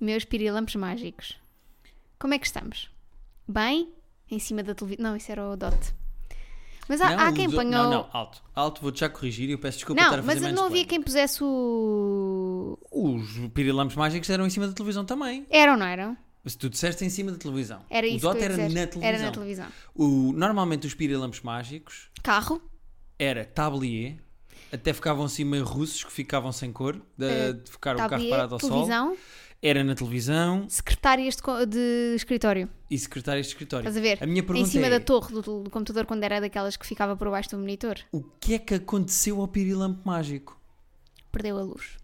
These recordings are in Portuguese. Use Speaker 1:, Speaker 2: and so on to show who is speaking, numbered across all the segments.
Speaker 1: meus pirilampos mágicos. Como é que estamos? Bem? Em cima da televisão. Não, isso era o Dot. Mas há, Tá, há
Speaker 2: o
Speaker 1: quem
Speaker 2: do-
Speaker 1: ponha
Speaker 2: Não,
Speaker 1: o.
Speaker 2: não, alto. Alto, vou-te já corrigir e eu peço desculpa estar a
Speaker 1: Não,
Speaker 2: fazer
Speaker 1: mas não havia quem pusesse o.
Speaker 2: Os pirilampos mágicos eram em cima da televisão também.
Speaker 1: Eram, não eram?
Speaker 2: Se tu disseste em cima da televisão.
Speaker 1: Era isso
Speaker 2: o
Speaker 1: que
Speaker 2: dot
Speaker 1: eu ia
Speaker 2: era,
Speaker 1: dizer.
Speaker 2: na
Speaker 1: Era
Speaker 2: televisão.
Speaker 1: na televisão.
Speaker 2: O, normalmente os pirilampos mágicos
Speaker 1: Carro?
Speaker 2: era tablier, até ficavam assim meio russos que ficavam sem cor, de, de ficar o
Speaker 1: Eh,
Speaker 2: carro
Speaker 1: tablier,
Speaker 2: parado ao sol.
Speaker 1: televisão,
Speaker 2: Era na televisão
Speaker 1: secretárias de, co- de escritório.
Speaker 2: e secretárias de escritório.
Speaker 1: Estás a ver?
Speaker 2: A minha pergunta
Speaker 1: em cima
Speaker 2: é,
Speaker 1: da torre do, do computador, quando era daquelas que ficava por baixo do monitor,
Speaker 2: o que é que aconteceu ao pirilampo mágico?
Speaker 1: perdeu a luz.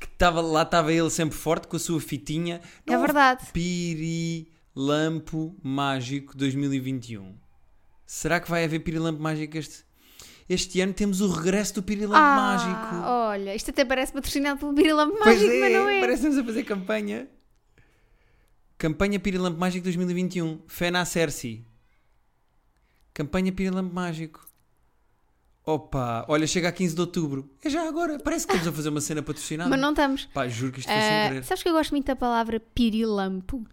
Speaker 2: Que tava, lá estava ele sempre forte com a sua fitinha.
Speaker 1: é
Speaker 2: Não
Speaker 1: verdade.
Speaker 2: Pirilampo Mágico 2021. Será que vai haver Pirilampo Mágico este? Este ano temos o regresso do Pirilampo
Speaker 1: Ah,
Speaker 2: Mágico.
Speaker 1: Olha, isto até parece patrocinado pelo Birilampo
Speaker 2: Pois
Speaker 1: Mágico, mas não é.
Speaker 2: Parece que estamos a fazer campanha. Campanha Pirilampo Mágico 2021. Fé na Cersei. Campanha Pirilampo Mágico. Opa, olha, chega a 15 de outubro. É já agora. Parece que estamos a fazer uma cena patrocinada.
Speaker 1: Mas não estamos.
Speaker 2: Pá, juro que isto foi Ah. sem
Speaker 1: Ah,
Speaker 2: querer.
Speaker 1: sabes que eu gosto muito da palavra pirilampo?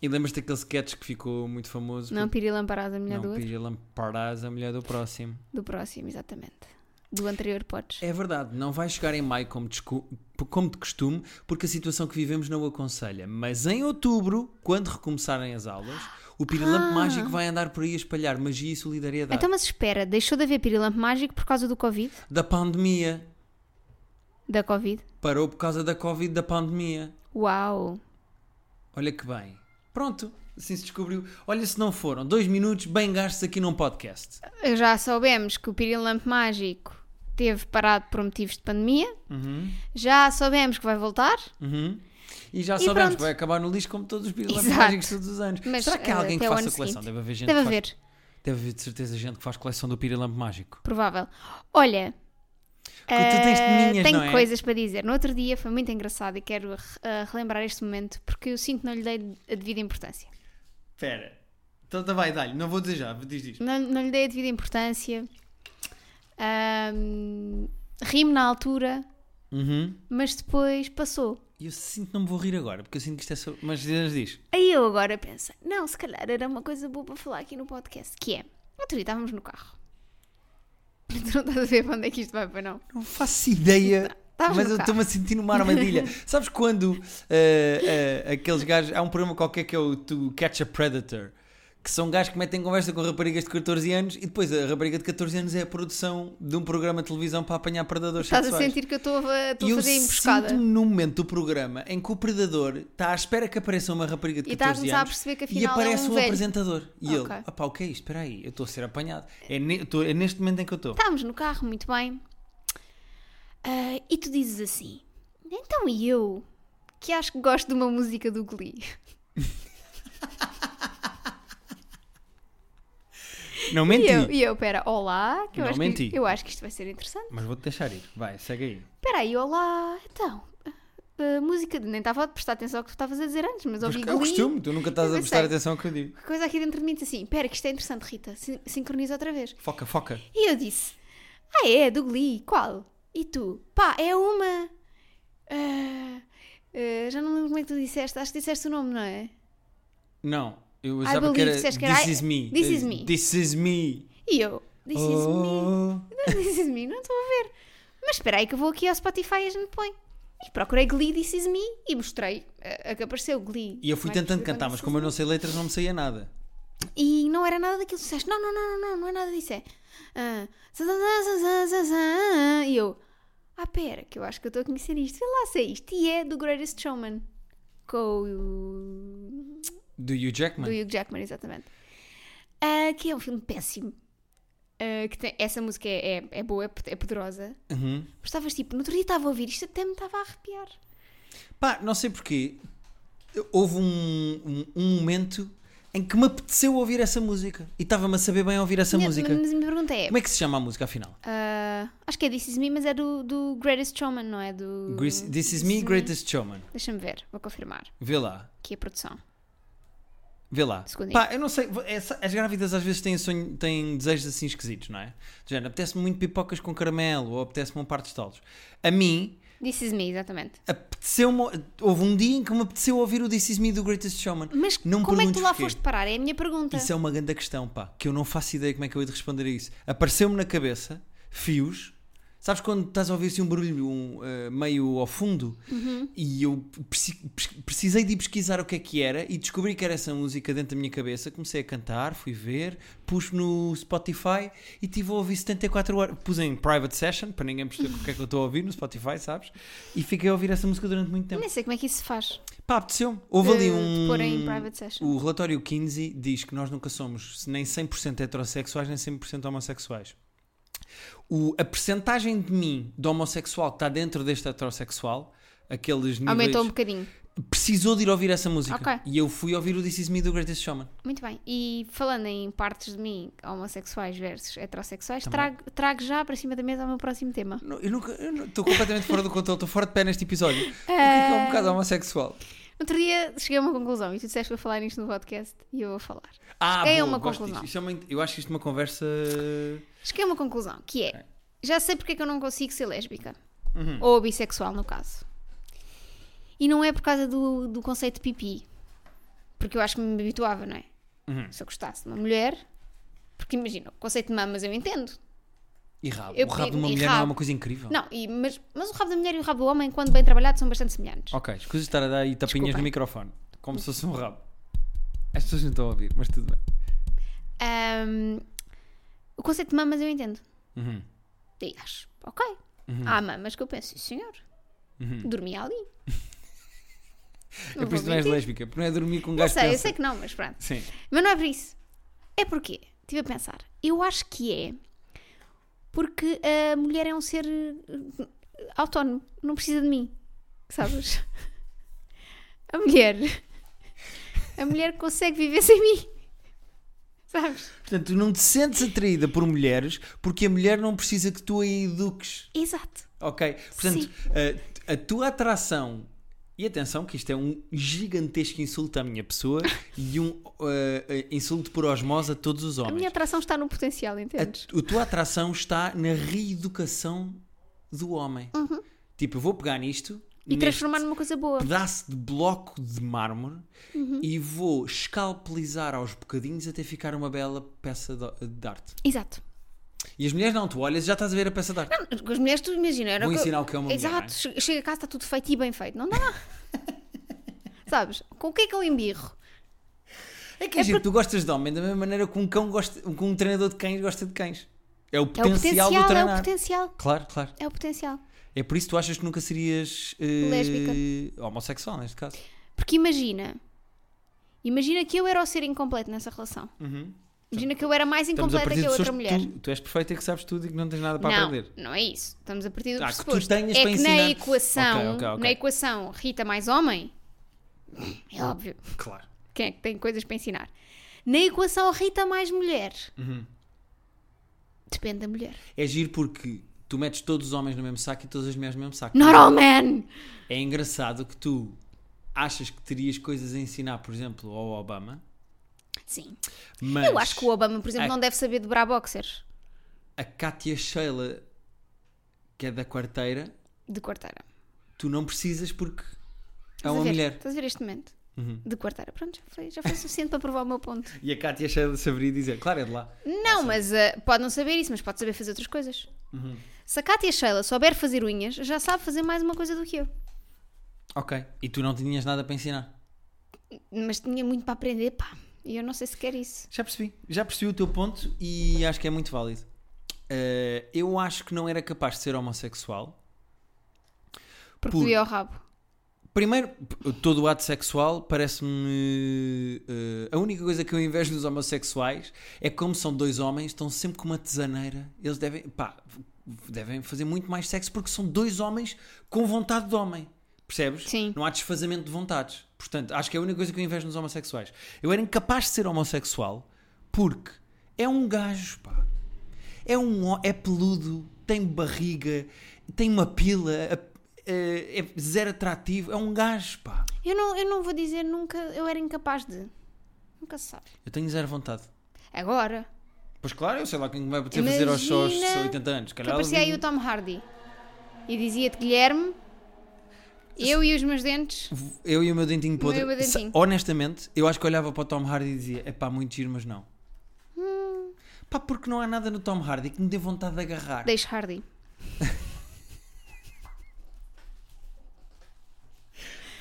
Speaker 2: E lembras-te daquele sketch que ficou muito famoso?
Speaker 1: Não pirilamparás a mulher do
Speaker 2: Não
Speaker 1: outro.
Speaker 2: piramparás a mulher do próximo.
Speaker 1: Do próximo, exatamente. Do anterior podes.
Speaker 2: É verdade, não vai chegar em maio como, descu- como de costume, porque a situação que vivemos não o aconselha. Mas em outubro, quando recomeçarem as aulas, o pirilampo
Speaker 1: Ah.
Speaker 2: mágico vai andar por aí a espalhar magia e solidariedade.
Speaker 1: Então, mas espera, deixou de haver pirilampo mágico por causa do Covid?
Speaker 2: Da pandemia.
Speaker 1: Da Covid?
Speaker 2: Parou por causa da Covid da pandemia.
Speaker 1: Uau!
Speaker 2: Olha que bem. Pronto, assim se descobriu. Olha se não foram dois minutos bem gastos aqui num podcast.
Speaker 1: Já soubemos que o pirilampo mágico teve parado por motivos de pandemia.
Speaker 2: Uhum,
Speaker 1: Já soubemos que vai voltar.
Speaker 2: uhum. E já
Speaker 1: E
Speaker 2: soubemos
Speaker 1: pronto.
Speaker 2: que vai acabar no lixo como todos os pirilampos
Speaker 1: Exato.
Speaker 2: mágicos todos os anos.
Speaker 1: Mas,
Speaker 2: Será que
Speaker 1: eh,
Speaker 2: há alguém que
Speaker 1: até o
Speaker 2: faça
Speaker 1: ano
Speaker 2: coleção?
Speaker 1: seguinte.
Speaker 2: Deve haver gente
Speaker 1: Deve
Speaker 2: que faz
Speaker 1: haver,
Speaker 2: Deve haver de certeza gente que faz coleção do Pirilampo Mágico.
Speaker 1: provável. Olha. eh,
Speaker 2: tens de minhas,
Speaker 1: tenho
Speaker 2: não é?
Speaker 1: coisas para dizer. No outro dia foi muito engraçado e quero eh, relembrar este momento porque eu sinto que não lhe dei a devida importância.
Speaker 2: Espera. Então tá, vai, dá-lhe. Não vou dizer já. Diz, diz.
Speaker 1: Não, não lhe dei a devida importância. Ahm, Ri-me na altura,
Speaker 2: Uhum.
Speaker 1: mas depois passou.
Speaker 2: E Eu sinto que não me vou rir agora, porque eu sinto que isto é só... Mas diz, diz.
Speaker 1: Aí eu agora penso, não, se calhar era uma coisa boa para falar aqui no podcast, que é, outro dia estávamos no carro. Tu não estás a ver para onde é que isto vai para não.
Speaker 2: Não faço ideia.
Speaker 1: Estavas
Speaker 2: mas
Speaker 1: no
Speaker 2: eu
Speaker 1: carro.
Speaker 2: estou-me a sentir numa armadilha. Sabes quando eh, eh, aqueles gajos... Há um programa qualquer que é o To Catch a Predator. Que são gajos que metem conversa com raparigas de 14 anos e depois a rapariga de 14 anos é a produção de um programa de televisão para apanhar predadores
Speaker 1: Estás a
Speaker 2: sexuais.
Speaker 1: sentir que eu estou a, estou a
Speaker 2: E eu
Speaker 1: fazer emboscada.
Speaker 2: sinto-me num momento do programa em que o predador está à espera que apareça uma rapariga de
Speaker 1: E está a
Speaker 2: 14
Speaker 1: começar a
Speaker 2: anos
Speaker 1: perceber que
Speaker 2: e
Speaker 1: afinal é
Speaker 2: aparece
Speaker 1: um
Speaker 2: um,
Speaker 1: velho.
Speaker 2: apresentador. E
Speaker 1: Ok.
Speaker 2: ele, opá, o que é isto? Espera aí, eu estou a ser apanhado. É, ne- tô- é neste momento em que eu estou.
Speaker 1: Estávamos no carro, muito bem. Ah, e tu dizes assim, então e eu, que acho que gosto de uma música do Glee.
Speaker 2: Não
Speaker 1: E
Speaker 2: menti,
Speaker 1: eu, e eu, pera, olá, que eu,
Speaker 2: Não
Speaker 1: acho
Speaker 2: menti.
Speaker 1: Que, eu acho que isto vai ser interessante.
Speaker 2: mas vou-te deixar ir. Vai, segue aí.
Speaker 1: Espera aí, olá, então, ah, ah, música, de- nem estava a prestar atenção ao que tu estavas a dizer antes, mas
Speaker 2: Mas
Speaker 1: ouvi
Speaker 2: é
Speaker 1: Glee.
Speaker 2: o costume, tu nunca estás
Speaker 1: Eu
Speaker 2: a prestar
Speaker 1: sei.
Speaker 2: atenção ao que eu digo.
Speaker 1: Uma coisa aqui dentro de mim disse assim: Pera, que isto é interessante, Rita, sin- sincroniza outra vez.
Speaker 2: Foca, foca.
Speaker 1: E eu disse: Ah, é, do Glee, qual? E tu? Pá, é uma. ah, ah, já não lembro como é que tu disseste, acho que disseste o nome, não é?
Speaker 2: Não, eu achava que
Speaker 1: believe,
Speaker 2: era
Speaker 1: disseste
Speaker 2: This
Speaker 1: que era I-
Speaker 2: is me.
Speaker 1: This is me.
Speaker 2: This is me.
Speaker 1: E eu: This is
Speaker 2: Oh.
Speaker 1: me, não, this is me, não estou a ver. Mas espera aí que eu vou aqui ao Spotify e a gente põe. E procurei Glee, This is me e mostrei eh, a, a que apareceu Glee. é
Speaker 2: E eu fui
Speaker 1: Mais
Speaker 2: tentando
Speaker 1: precisamente
Speaker 2: cantar, mas como eu não sei letras, não me saía nada.
Speaker 1: E não era nada daquilo. Disseste, não, não, não, não, não, não é nada disso. É. ah, zã, zã, zã, zã, zã, zã, zã. E eu, ah, pera, que eu acho que eu estou a conhecer isto. Vê lá se é isto. E é do Greatest Showman. Com o.
Speaker 2: Do Hugh Jackman.
Speaker 1: do Hugh Jackman, exatamente. Ah, que é um filme péssimo. Ah, que tem- essa música é, é, é boa, é po- é poderosa.
Speaker 2: Uhum.
Speaker 1: Mas estavas tipo, no outro dia estava a ouvir isto, até me estava a arrepiar.
Speaker 2: Pá, não sei porquê. Houve um, um- um momento em que me apeteceu ouvir essa música. E estava-me a saber bem ouvir essa
Speaker 1: Minha-
Speaker 2: música.
Speaker 1: Mas a minha pergunta é.
Speaker 2: Como é que se chama a música, afinal?
Speaker 1: ah, acho que é This Is Me, mas é do, do Greatest Showman, não é? Do,
Speaker 2: Grease- This Is Me, Greatest Showman.
Speaker 1: Deixa-me ver, vou confirmar.
Speaker 2: Vê lá.
Speaker 1: Aqui a produção.
Speaker 2: Vê lá.
Speaker 1: Segundinho.
Speaker 2: Pá, eu não sei. essa- as grávidas às vezes têm, sonho- têm desejos assim esquisitos, não é? Do género, apetece-me muito pipocas com caramelo ou apetece-me um par de estalos. A mim,
Speaker 1: This is me, exatamente.
Speaker 2: Apeteceu-me. Houve um dia em que me apeteceu ouvir o This Is Me do Greatest Showman.
Speaker 1: Mas
Speaker 2: Não me
Speaker 1: como é que tu
Speaker 2: perguntes
Speaker 1: lá
Speaker 2: porquê.
Speaker 1: foste parar? É a minha pergunta.
Speaker 2: Isso é uma grande questão, pá, que eu não faço ideia como é que eu hei de responder a isso. Apareceu-me na cabeça, fios. Sabes quando estás a ouvir assim um barulho um, eh, meio ao fundo? E eu preci- pes- precisei de ir pesquisar o que é que era e descobri que era essa música dentro da minha cabeça. Comecei a cantar, fui ver, pus no Spotify e tive a ouvir 74 horas. Pus em private session, para ninguém perceber o que é que eu estou a ouvir no Spotify, sabes? E fiquei a ouvir essa música durante muito tempo.
Speaker 1: Nem sei como é que isso se faz.
Speaker 2: Pá, apeteceu-me. Houve
Speaker 1: de-
Speaker 2: ali
Speaker 1: de
Speaker 2: um.
Speaker 1: pôr em private session.
Speaker 2: O relatório Kinsey diz que nós nunca somos nem 100% heterossexuais nem 100% homossexuais. O, a percentagem de mim, de homossexual, que está dentro deste heterossexual, aqueles níveis.
Speaker 1: Aumentou um bocadinho.
Speaker 2: Precisou de ir ouvir essa música.
Speaker 1: Ok.
Speaker 2: E eu fui ouvir o This Is Me do Greatest Showman.
Speaker 1: Muito bem. E falando em partes de mim, homossexuais versus heterossexuais, trago, trago já para cima da mesa o meu próximo tema.
Speaker 2: Não, Eu nunca. eu não- Estou completamente fora do controle, estou fora de pé neste episódio. O que é
Speaker 1: Eh,
Speaker 2: que é um bocado homossexual?
Speaker 1: Outro dia cheguei a uma conclusão e tu disseste para falar nisto no podcast e eu vou falar.
Speaker 2: Ah,
Speaker 1: Cheguei a
Speaker 2: boa,
Speaker 1: uma
Speaker 2: gosto
Speaker 1: conclusão.
Speaker 2: disto. Isto é uma- eu acho que isto é uma conversa.
Speaker 1: Cheguei a uma conclusão, que é: já sei porque é que eu não consigo ser lésbica.
Speaker 2: Uhum.
Speaker 1: Ou bissexual, no caso. E não é por causa do, do conceito de pipi. Porque eu acho que me habituava, não é?
Speaker 2: Uhum.
Speaker 1: Se eu gostasse de uma mulher. Porque imagina, o conceito de mamas eu entendo.
Speaker 2: E rabo.
Speaker 1: Eu
Speaker 2: o rabo de uma
Speaker 1: pedi- e
Speaker 2: mulher não é
Speaker 1: rabo.
Speaker 2: uma coisa incrível.
Speaker 1: Não, e- mas, mas o rabo da mulher e o rabo do homem, quando bem trabalhados, são bastante semelhantes.
Speaker 2: Ok, escusa de estar a dar aí tapinhas
Speaker 1: Desculpem.
Speaker 2: no microfone, como se fosse um rabo. As pessoas não estão a ouvir, mas tudo bem.
Speaker 1: Ahm, o conceito de mamas eu entendo.
Speaker 2: Uhum,
Speaker 1: E acho, ok. Há mamas que eu penso, "Sim, senhor,
Speaker 2: uhum.
Speaker 1: dormi ali.
Speaker 2: É por isso que não és lésbica, porque não é dormir com um
Speaker 1: Não
Speaker 2: gajo que
Speaker 1: sei, eu
Speaker 2: pensa.
Speaker 1: sei que não, mas pronto.
Speaker 2: Sim.
Speaker 1: Mas não é por isso. É porque, estive a pensar, eu acho que é porque a mulher é um ser eh, autónomo, não precisa de mim, sabes? A mulher, a mulher consegue viver sem mim, sabes?
Speaker 2: Portanto, tu não te sentes atraída por mulheres porque a mulher não precisa que tu a eduques.
Speaker 1: Exato.
Speaker 2: Ok? Portanto, a, a tua atração. E atenção, que isto é um gigantesco insulto à minha pessoa e um eh, insulto por osmose a todos os
Speaker 1: A
Speaker 2: homens.
Speaker 1: minha atração está no potencial,
Speaker 2: a,
Speaker 1: entendes?
Speaker 2: a tua atração está na reeducação do homem. Tipo, eu vou pegar nisto
Speaker 1: Uhum. E
Speaker 2: neste
Speaker 1: transformar numa coisa boa.
Speaker 2: pedaço de bloco de mármore
Speaker 1: Uhum.
Speaker 2: e vou escalpelizar aos bocadinhos até ficar uma bela peça de, de arte.
Speaker 1: Exato.
Speaker 2: E as mulheres não, tu olhas e já estás a ver a peça de arte.
Speaker 1: Com as mulheres, tu imagina. Era
Speaker 2: Vou
Speaker 1: que eu-
Speaker 2: ensinar o que é uma mulher, não é?
Speaker 1: Exato. Che- Chega a casa, está tudo feito e bem feito. Não dá. Sabes? Com o que é que eu embirro?
Speaker 2: É que é giro, tu gostas de homem da mesma maneira que um cão gosta, que um treinador de cães gosta de cães. É o
Speaker 1: É o
Speaker 2: potencial, do
Speaker 1: potencial, é o
Speaker 2: treinar.
Speaker 1: potencial.
Speaker 2: Claro, claro.
Speaker 1: É o potencial.
Speaker 2: É por isso que tu achas que nunca serias eh,
Speaker 1: Lésbica.
Speaker 2: homossexual, neste caso.
Speaker 1: Porque imagina. Imagina que eu era o ser incompleto nessa relação. Imagina que eu era mais
Speaker 2: Uhum. Estamos a
Speaker 1: incompleta
Speaker 2: partir
Speaker 1: Então é que a outra
Speaker 2: de pessoas que
Speaker 1: mulher.
Speaker 2: tu, tu és perfeita e que sabes tudo e que não tens nada para
Speaker 1: não,
Speaker 2: aprender.
Speaker 1: não é isso. Estamos a partir do
Speaker 2: Ah, que tu
Speaker 1: pressuposto.
Speaker 2: tenhas
Speaker 1: é
Speaker 2: para
Speaker 1: que na
Speaker 2: ensinar.
Speaker 1: equação,
Speaker 2: Ok, ok, ok.
Speaker 1: na equação, Rita mais homem, é óbvio.
Speaker 2: Claro.
Speaker 1: Quem é que tem coisas para ensinar? Na equação, Rita mais mulher.
Speaker 2: Uhum.
Speaker 1: Depende da mulher.
Speaker 2: É giro porque tu metes todos os homens no mesmo saco e todas as mulheres no mesmo saco.
Speaker 1: Not all men!
Speaker 2: É engraçado que tu achas que terias coisas a ensinar, por exemplo, ao Obama,
Speaker 1: Sim.
Speaker 2: mas
Speaker 1: Eu acho que o Obama, por exemplo,
Speaker 2: É.
Speaker 1: não deve saber dobrar boxers
Speaker 2: a Katia Sheila, que é da quarteira,
Speaker 1: de quarteira.
Speaker 2: tu não precisas porque é
Speaker 1: Estás
Speaker 2: uma
Speaker 1: a ver?
Speaker 2: mulher. Uhum.
Speaker 1: Estás a ver este momento? De quarteira. Pronto, já foi, já foi suficiente para provar o meu ponto.
Speaker 2: E a Katia Sheila saberia dizer, claro, é de lá.
Speaker 1: Não, mas ah, pode não saber isso, mas pode saber fazer outras coisas.
Speaker 2: Uhum.
Speaker 1: Se a Cátia Sheila souber fazer unhas, já sabe fazer mais uma coisa do que eu.
Speaker 2: Ok. E tu não tinhas nada para ensinar.
Speaker 1: Mas tinha muito para aprender, pá. E eu não sei se quer isso.
Speaker 2: Já percebi, já percebi o teu ponto e acho que é muito válido. Eh, eu acho que não era capaz de ser homossexual.
Speaker 1: Porque
Speaker 2: Por-
Speaker 1: doía ao rabo.
Speaker 2: Primeiro, p- todo o ato sexual parece-me. eh, a única coisa que eu invejo nos homossexuais é que, como são dois homens, estão sempre com uma tesaneira. Eles devem. pá, devem fazer muito mais sexo porque são dois homens com vontade de homem. Percebes?
Speaker 1: Sim.
Speaker 2: Não há desfazamento de vontades. Portanto, acho que é a única coisa que eu invejo nos homossexuais. Eu era incapaz de ser homossexual porque é um gajo, pá. É, um, ho- é peludo, tem barriga, tem uma pila, a- é, é zero atrativo, é um gajo, pá.
Speaker 1: Eu não, eu não vou dizer nunca, eu era incapaz de. Nunca se sabe.
Speaker 2: Eu tenho zero vontade.
Speaker 1: Agora.
Speaker 2: Pois claro, eu sei lá quem me vai poder fazer aos seus
Speaker 1: Imagina Então, é,
Speaker 2: 80 anos.
Speaker 1: Que aparecia aí o Tom Hardy e dizia-te Guilherme, Eu e os meus dentes.
Speaker 2: Eu e o meu dentinho podre.
Speaker 1: Meu dentinho.
Speaker 2: sa- Honestamente, eu acho que olhava para o Tom Hardy e dizia: é pá, muito giro, mas não.
Speaker 1: Hum.
Speaker 2: Pá, porque não há nada no Tom Hardy que me dê vontade de agarrar.
Speaker 1: Deixo Hardy.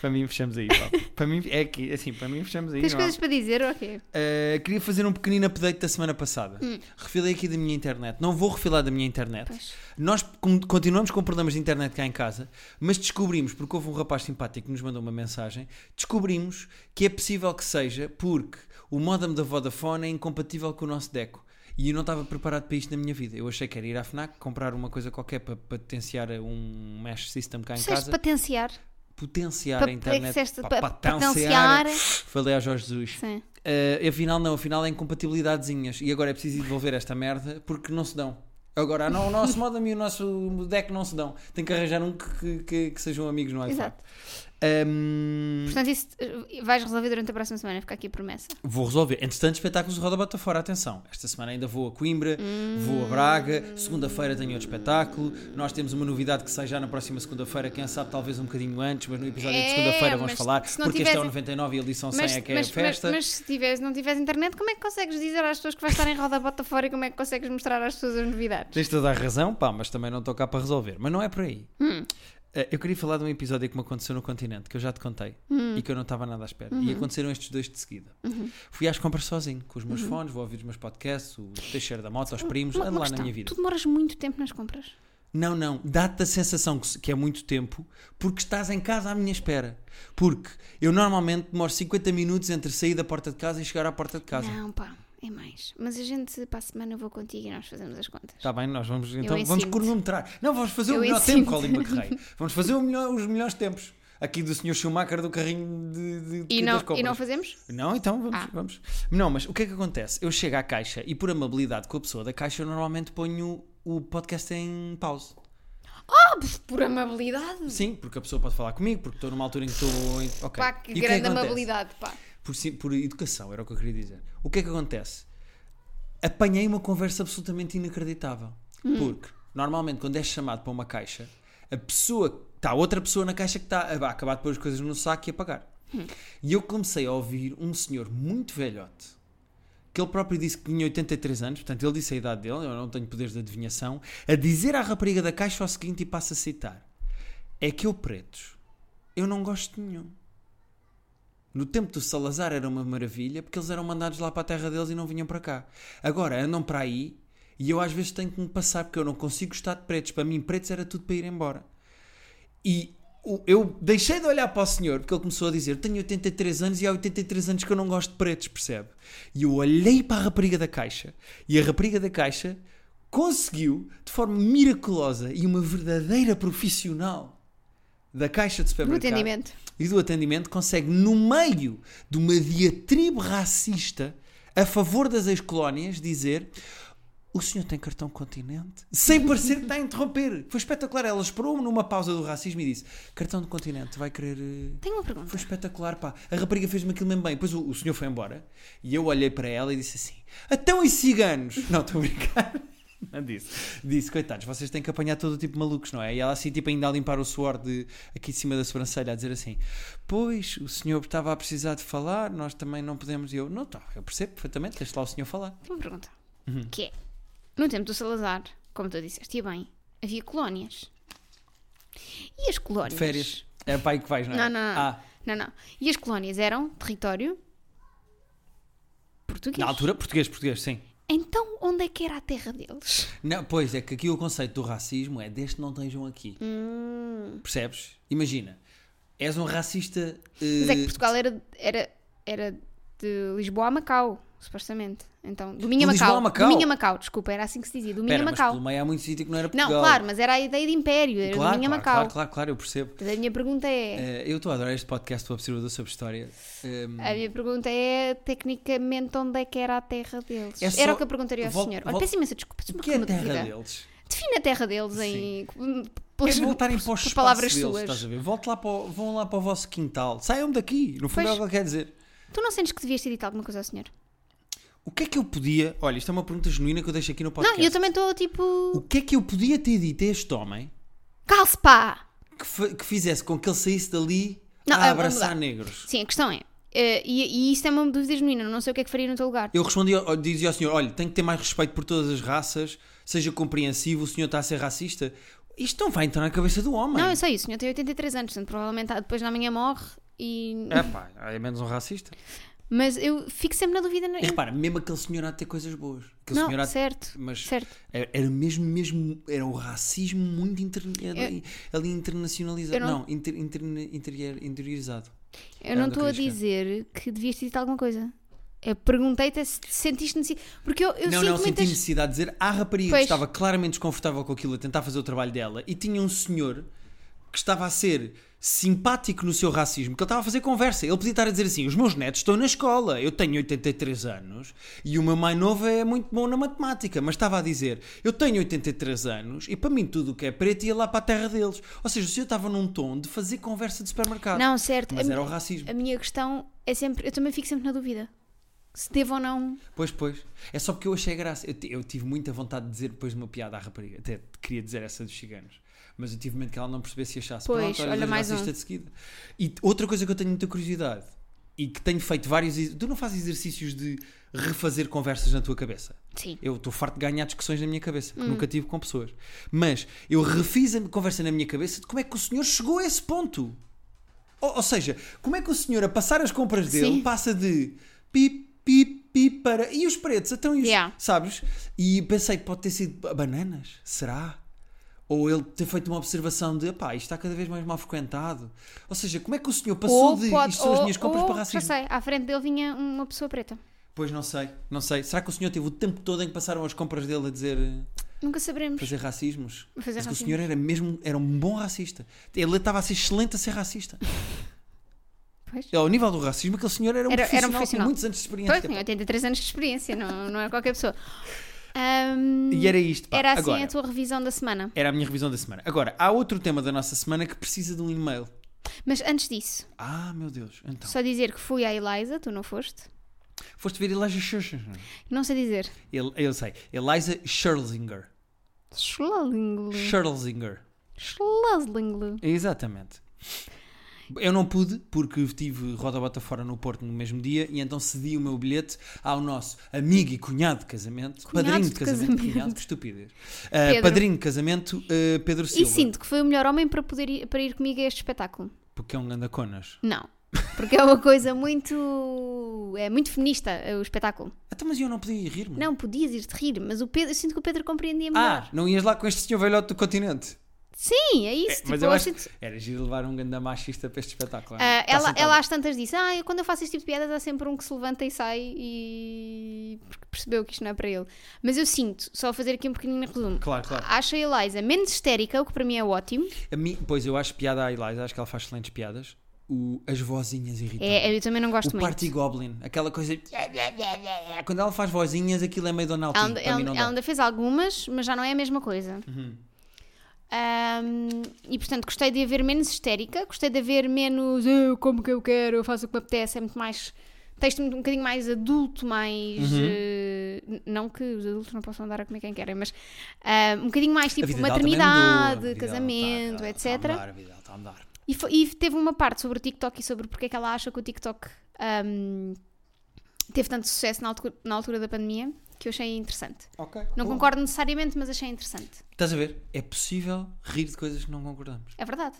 Speaker 2: Para mim, fechamos aí, pá. para mim, é aqui, assim, para mim, fechamos aí.
Speaker 1: Tens
Speaker 2: não há-
Speaker 1: coisas para dizer ou quê?
Speaker 2: Uh, queria fazer um pequenino update da semana passada. Refilei aqui da minha internet. Não vou refilar da minha internet.
Speaker 1: Hum. Pois.
Speaker 2: Nós com- continuamos com problemas de internet cá em casa, mas descobrimos, porque houve um rapaz simpático que nos mandou uma mensagem, descobrimos que é possível que seja porque o modem da Vodafone é incompatível com o nosso Deco. E eu não estava preparado para isto na minha vida. Eu achei que era ir à FNAC, comprar uma coisa qualquer para patentear um mesh system cá em
Speaker 1: Disseste
Speaker 2: casa.
Speaker 1: patenciar.
Speaker 2: Potenciar
Speaker 1: Pa-
Speaker 2: a internet.
Speaker 1: disseste
Speaker 2: Pa-
Speaker 1: pa-
Speaker 2: patentear.
Speaker 1: patenciar.
Speaker 2: Falei ao Jorge Jesus.
Speaker 1: Sim.
Speaker 2: Uh, afinal não, afinal é incompatibilidadezinhas e agora é preciso ir devolver esta merda porque não se dão. Agora ah, não, o nosso modem e o nosso deck não se dão. Tem que arranjar um que, que- que- que sejam amigos no iPhone.
Speaker 1: Exato.
Speaker 2: Um,
Speaker 1: Portanto, isso eh, vais resolver durante a próxima semana. Fica aqui a promessa.
Speaker 2: vou resolver. Entretanto, espetáculos de roda bota fora, atenção. Esta semana ainda vou a Coimbra, vou a Braga, segunda-feira tenho outro espetáculo. Nós temos uma novidade que sai já na próxima segunda-feira, quem sabe talvez um bocadinho antes, mas no episódio de
Speaker 1: É,
Speaker 2: segunda-feira vamos
Speaker 1: mas
Speaker 2: falar,
Speaker 1: se não
Speaker 2: porque este é o
Speaker 1: tivesse-
Speaker 2: 99 e a lição 100
Speaker 1: Mas,
Speaker 2: é que é
Speaker 1: mas-
Speaker 2: a festa.
Speaker 1: mas- mas se tiveres, não tiveres internet, como é que consegues dizer às pessoas que vais estar em roda bota fora e como é que consegues mostrar às pessoas as novidades?
Speaker 2: Tens toda a razão, pá, mas também não estou cá para resolver. Mas não é por aí.
Speaker 1: Hum.
Speaker 2: Eh, Eu queria falar de um episódio que me aconteceu no continente, que eu já te contei
Speaker 1: Hum.
Speaker 2: e que eu não estava nada à espera.
Speaker 1: Uhum.
Speaker 2: E aconteceram estes dois de seguida. Fui às compras sozinho, com os meus fones, vou ouvir os meus podcasts, o Teixeira da Moto, os primos,
Speaker 1: Uhum. Uma-
Speaker 2: ando
Speaker 1: uma
Speaker 2: lá na
Speaker 1: questão.
Speaker 2: minha vida.
Speaker 1: Tu demoras muito tempo nas compras.
Speaker 2: Não, não, dá-te a sensação que, se- que é muito tempo porque estás em casa à minha espera. Porque eu normalmente demoro 50 minutos entre sair da porta de casa e chegar à porta de casa.
Speaker 1: Não, pá, é mais. Mas a gente, para a semana, eu vou contigo e nós fazemos as contas.
Speaker 2: Está bem, nós vamos então vamos
Speaker 1: ensino-te.
Speaker 2: cronometrar. Não, vamos fazer o
Speaker 1: Eu
Speaker 2: melhor tempo,
Speaker 1: ensino-te.
Speaker 2: Colin McRae. Vamos fazer o melhor- os melhores tempos. Aqui do Sr. Schumacher do carrinho de, de-
Speaker 1: E
Speaker 2: das
Speaker 1: não,
Speaker 2: compras.
Speaker 1: e não fazemos?
Speaker 2: Não, então vamos,
Speaker 1: Ah.
Speaker 2: vamos. Não, mas o que é que acontece? Eu chego à caixa e por amabilidade com a pessoa da caixa eu normalmente ponho o podcast em pause.
Speaker 1: Ah, por- por amabilidade.
Speaker 2: Sim, porque a pessoa pode falar comigo, porque estou numa altura em que estou... Em... ok.
Speaker 1: Pá,
Speaker 2: E
Speaker 1: que
Speaker 2: o é
Speaker 1: grande
Speaker 2: acontece?
Speaker 1: amabilidade, pá.
Speaker 2: Por, si- por educação, era o que eu queria dizer. O que é que acontece? Apanhei uma conversa absolutamente inacreditável. Porque, normalmente, quando és chamado para uma caixa, a pessoa. Está outra pessoa na caixa que está a a acabar de pôr as coisas no saco e a pagar. E eu comecei a ouvir um senhor muito velhote, que ele próprio disse que tinha 83 anos, portanto ele disse a idade dele, eu não tenho poderes de adivinhação, a dizer à rapariga da caixa o seguinte e passa a citar: É que eu, pretos, eu não gosto de nenhum. No tempo do Salazar era uma maravilha porque eles eram mandados lá para a terra deles e não vinham para cá. Agora andam para aí e eu às vezes tenho que me passar porque eu não consigo gostar de pretos. Para mim, pretos era tudo para ir embora. E o- eu deixei de olhar para o senhor porque ele começou a dizer: Tenho 83 anos e há 83 anos que eu não gosto de pretos, percebe? E eu olhei para a rapariga da caixa e a rapariga da caixa conseguiu, de forma miraculosa e uma verdadeira profissional da caixa de
Speaker 1: No
Speaker 2: supermercado
Speaker 1: atendimento.
Speaker 2: e do atendimento consegue, no meio de uma diatribe racista a favor das ex-colónias, dizer o senhor tem cartão continente? Sem parecer que está a interromper. Foi espetacular. Ela esperou-me numa pausa do racismo e disse cartão de continente, vai querer... eh?"
Speaker 1: Tenho uma pergunta.
Speaker 2: Foi espetacular, pá. A rapariga fez-me aquilo mesmo bem. Depois o, o senhor foi embora e eu olhei para ela e disse assim: Então e ciganos? Não, estou a brincar. Não disse. Disse, coitados, vocês têm que apanhar todo o tipo de malucos, não é? E ela assim, tipo, ainda a limpar o suor de, aqui de cima da sobrancelha, a dizer assim: Pois, o senhor estava a precisar de falar, nós também não podemos. E eu, não, tá, eu percebo perfeitamente, deixa lá o senhor falar.
Speaker 1: Tenho uma pergunta.
Speaker 2: Uhum.
Speaker 1: Que é, no tempo do Salazar, como tu disseste, e bem, havia colónias. E as colónias...
Speaker 2: Férias. É para aí que vais, não é?
Speaker 1: Não, não, não.
Speaker 2: Ah,
Speaker 1: Não, não. E as colónias eram território português.
Speaker 2: na altura, português, português, sim.
Speaker 1: Então, onde é que era a terra deles?
Speaker 2: Não, pois é que aqui o conceito do racismo é deste não estejam aqui.
Speaker 1: Hum.
Speaker 2: Percebes? Imagina, és um racista. eh,
Speaker 1: Mas é que Portugal era, era, era de Lisboa a Macau, supostamente. Então, do Minho a
Speaker 2: De Lisboa
Speaker 1: Macau.
Speaker 2: a Macau?
Speaker 1: Do Minho a Macau, desculpa, era assim que se dizia. Do Minho
Speaker 2: Pera,
Speaker 1: a
Speaker 2: mas
Speaker 1: Macau.
Speaker 2: pelo meio há muito sítio que não era
Speaker 1: Não,
Speaker 2: Portugal.
Speaker 1: claro, mas era a ideia de império, era do
Speaker 2: claro,
Speaker 1: Minho a
Speaker 2: claro,
Speaker 1: Macau.
Speaker 2: claro, claro, claro, eu percebo.
Speaker 1: Mas A minha pergunta é.
Speaker 2: Eh, eu estou a adorar este podcast do Observador sobre História. Ehm,
Speaker 1: A minha pergunta é tecnicamente onde é que era a terra deles?
Speaker 2: É só-
Speaker 1: Era o que eu perguntaria ao
Speaker 2: Vol-
Speaker 1: senhor. Olha,
Speaker 2: vol-
Speaker 1: peço imensa desculpa,
Speaker 2: o
Speaker 1: desculpa
Speaker 2: que é a
Speaker 1: uma
Speaker 2: terra
Speaker 1: dúvida.
Speaker 2: deles?
Speaker 1: Define a terra deles em.
Speaker 2: É
Speaker 1: pelas-
Speaker 2: voltarem para os
Speaker 1: por palavras
Speaker 2: espaço deles,
Speaker 1: suas.
Speaker 2: estás a ver? Volte lá para o, vão lá para o vosso quintal. Saiam daqui. No fundo é
Speaker 1: Pois.
Speaker 2: o que ele quer dizer.
Speaker 1: Tu não sentes que devias ter dito alguma coisa ao senhor?
Speaker 2: O que é que eu podia... Olha, isto é uma pergunta genuína que eu deixo aqui no podcast.
Speaker 1: Não, eu também estou tipo.
Speaker 2: O que é que eu podia ter dito a este homem
Speaker 1: Calce pá!
Speaker 2: que, fa- que fizesse com que ele saísse dali
Speaker 1: Não,
Speaker 2: a
Speaker 1: ah,
Speaker 2: abraçar
Speaker 1: vamos
Speaker 2: negros.
Speaker 1: Sim, a questão é. eh, e, e isto é uma dúvida genuína, não sei o que é que faria no teu lugar.
Speaker 2: Eu respondi, ao- dizia ao senhor: olha, tem que ter mais respeito por todas as raças, seja compreensivo, o senhor está a ser racista. Isto não vai entrar na cabeça do homem.
Speaker 1: Não, eu sei, o senhor tem 83 anos, portanto, provavelmente ah, depois na manhã morre e.
Speaker 2: É pá, é menos um racista.
Speaker 1: Mas eu fico sempre na dúvida. na-
Speaker 2: E repara, mesmo aquele senhor há de ter coisas boas. Aquele É, senhor há
Speaker 1: Não,
Speaker 2: de-
Speaker 1: certo.
Speaker 2: Mas
Speaker 1: Certo.
Speaker 2: era era mesmo, mesmo, era um racismo muito interna- ali, ali internacionalizado.
Speaker 1: Eu não-
Speaker 2: Não, inter- interna- interior- interiorizado.
Speaker 1: Eu não
Speaker 2: onde eu
Speaker 1: estou a
Speaker 2: queria
Speaker 1: dizer que devias ter dito alguma coisa. Eu perguntei-te se sentiste necessidade. Porque eu, eu
Speaker 2: não,
Speaker 1: sinto
Speaker 2: não, senti
Speaker 1: muitas.
Speaker 2: necessidade de dizer à rapariga
Speaker 1: Pois.
Speaker 2: que estava claramente desconfortável com aquilo a tentar fazer o trabalho dela e tinha um senhor que estava a ser simpático no seu racismo, que ele estava a fazer conversa. Ele podia estar a dizer assim: os meus netos estão na escola, eu tenho 83 anos e o meu mais novo é muito bom na matemática, mas estava a dizer: eu tenho 83 anos e para mim tudo o que é preto ia lá para a terra deles. Ou seja, o senhor estava num tom de fazer conversa de supermercado.
Speaker 1: Não, é certo.
Speaker 2: Mas
Speaker 1: a,
Speaker 2: era o racismo.
Speaker 1: a minha questão é sempre. Eu também fico sempre na dúvida. Se devo ou não.
Speaker 2: Pois, pois. É só porque eu achei graça. Eu, ti- eu tive muita vontade de dizer depois de uma piada à rapariga. Até queria dizer essa dos ciganos. Mas eu tive medo que ela não percebesse e achasse.
Speaker 1: Pois,
Speaker 2: Pronto, olha,
Speaker 1: olha,
Speaker 2: dois
Speaker 1: mais
Speaker 2: racistas
Speaker 1: um.
Speaker 2: de seguida. E t- outra coisa que eu tenho muita curiosidade e que tenho feito vários. ex- Tu não fazes exercícios de refazer conversas na tua cabeça?
Speaker 1: Sim.
Speaker 2: Eu estou farto de ganhar discussões na minha cabeça,
Speaker 1: Hum.
Speaker 2: que nunca tive com pessoas. Mas eu refiz a conversa na minha cabeça de como é que o senhor chegou a esse ponto. Ou, ou seja, como é que o senhor, a passar as compras dele,
Speaker 1: Sim.
Speaker 2: passa de pip, pip, pip para. E os pretos? Então, e os,
Speaker 1: Yeah.
Speaker 2: sabes? E pensei, pode ter sido ba- bananas? Será? Ou ele ter feito uma observação de pá, isto está cada vez mais mal frequentado. Ou seja, como é que o senhor passou de isto são as minhas compras
Speaker 1: ou-
Speaker 2: para
Speaker 1: Já
Speaker 2: racismo?
Speaker 1: sei, à frente dele vinha uma pessoa preta.
Speaker 2: Pois não sei, não sei. Será que o senhor teve o tempo todo em que passaram as compras dele a dizer. eh,
Speaker 1: Nunca saberemos.
Speaker 2: Fazer racismos?
Speaker 1: Fazer
Speaker 2: Mas que o
Speaker 1: racismos.
Speaker 2: senhor era mesmo era um bom racista. Ele estava a ser excelente a ser racista.
Speaker 1: Pois.
Speaker 2: Ao nível do racismo, aquele senhor era um,
Speaker 1: Era- era um
Speaker 2: profissional,
Speaker 1: profissional.
Speaker 2: com muitos anos de
Speaker 1: Pois,
Speaker 2: experiência.
Speaker 1: tinha
Speaker 2: pá.
Speaker 1: 83 anos de experiência, não, não era qualquer pessoa. Ahm,
Speaker 2: E era isto. Pá.
Speaker 1: era assim
Speaker 2: Agora,
Speaker 1: a tua revisão da semana.
Speaker 2: Era a minha revisão da semana. Agora, há outro tema da nossa semana que precisa de um e-mail.
Speaker 1: Mas antes disso,
Speaker 2: Ah, meu Deus. Então.
Speaker 1: só dizer que fui à Eliza, tu não foste?
Speaker 2: Foste ver Elijah Scherzinger.
Speaker 1: Não sei dizer.
Speaker 2: Ele, eu sei. Eliza Scherzinger.
Speaker 1: Schlesinglu.
Speaker 2: Scherzinger.
Speaker 1: Schlesinglu.
Speaker 2: Exatamente. Eu não pude, porque tive roda bota fora no Porto no mesmo dia, e então cedi o meu bilhete ao nosso amigo e cunhado de casamento,
Speaker 1: Cunhado
Speaker 2: padrinho de
Speaker 1: de
Speaker 2: casamento,
Speaker 1: casamento.
Speaker 2: cunhado, que estupidez, Uh,
Speaker 1: Pedro.
Speaker 2: padrinho de casamento, uh, Pedro
Speaker 1: E
Speaker 2: Silva,
Speaker 1: sinto que foi o melhor homem para poder ir, para ir comigo a este espetáculo.
Speaker 2: porque é um andaconas.
Speaker 1: Não. Porque é uma coisa muito. É muito feminista é, o espetáculo.
Speaker 2: Até Então, mas eu não podia ir rir-me.
Speaker 1: Não, podias ir-te rir, mas o Pedro, eu sinto que o Pedro compreendia melhor.
Speaker 2: Ah, não ias lá com este senhor velhote do continente.
Speaker 1: Sim, é isso. tipo,
Speaker 2: mas
Speaker 1: eu
Speaker 2: eu acho
Speaker 1: sinto-
Speaker 2: que era giro levar um ganda machista para este espetáculo. não
Speaker 1: Ah,
Speaker 2: é? Está
Speaker 1: ela,
Speaker 2: sentado.
Speaker 1: ela às tantas disse: Ah, eu quando eu faço este tipo de piadas há sempre um que se levanta e sai e. porque percebeu que isto não é para ele. Mas eu sinto, só fazer aqui um pequenino resumo.
Speaker 2: Claro, claro.
Speaker 1: Acho a Eliza menos histérica, o que para mim é ótimo.
Speaker 2: A mim- pois, eu acho piada à Eliza, acho que ela faz excelentes piadas. O- as vozinhas irritam
Speaker 1: É, eu também não gosto
Speaker 2: Tá. o
Speaker 1: muito.
Speaker 2: Party Goblin, aquela coisa. Quando ela faz vozinhas, aquilo é meio Donald
Speaker 1: Ela
Speaker 2: Trump.
Speaker 1: ainda-
Speaker 2: Para mim
Speaker 1: Ela
Speaker 2: não
Speaker 1: ela
Speaker 2: dá. Uhum.
Speaker 1: ainda fez algumas, mas já não é a mesma coisa. Ahm, e portanto, gostei de a ver menos histérica, gostei de a ver menos eu como que eu quero, eu faço o que me apetece. É muito mais. Texto muito- um bocadinho mais adulto, mais.
Speaker 2: Uhum.
Speaker 1: eh, n- não que os adultos não possam andar a comer quem querem, mas. ah, um bocadinho mais
Speaker 2: A
Speaker 1: tipo
Speaker 2: vida dela também mudou, a
Speaker 1: maternidade,
Speaker 2: vida dela
Speaker 1: casamento,
Speaker 2: tá- tá-
Speaker 1: etc.
Speaker 2: tá a andar, a vida dela tá a andar.
Speaker 1: E, fo- e teve uma parte sobre o TikTok e sobre porque é que ela acha que o TikTok ahm, teve tanto sucesso na altura, na altura da pandemia que eu achei interessante.
Speaker 2: Ok.
Speaker 1: Não
Speaker 2: Boa.
Speaker 1: concordo necessariamente, mas achei interessante.
Speaker 2: Estás a ver? É possível rir de coisas que não concordamos.
Speaker 1: É verdade.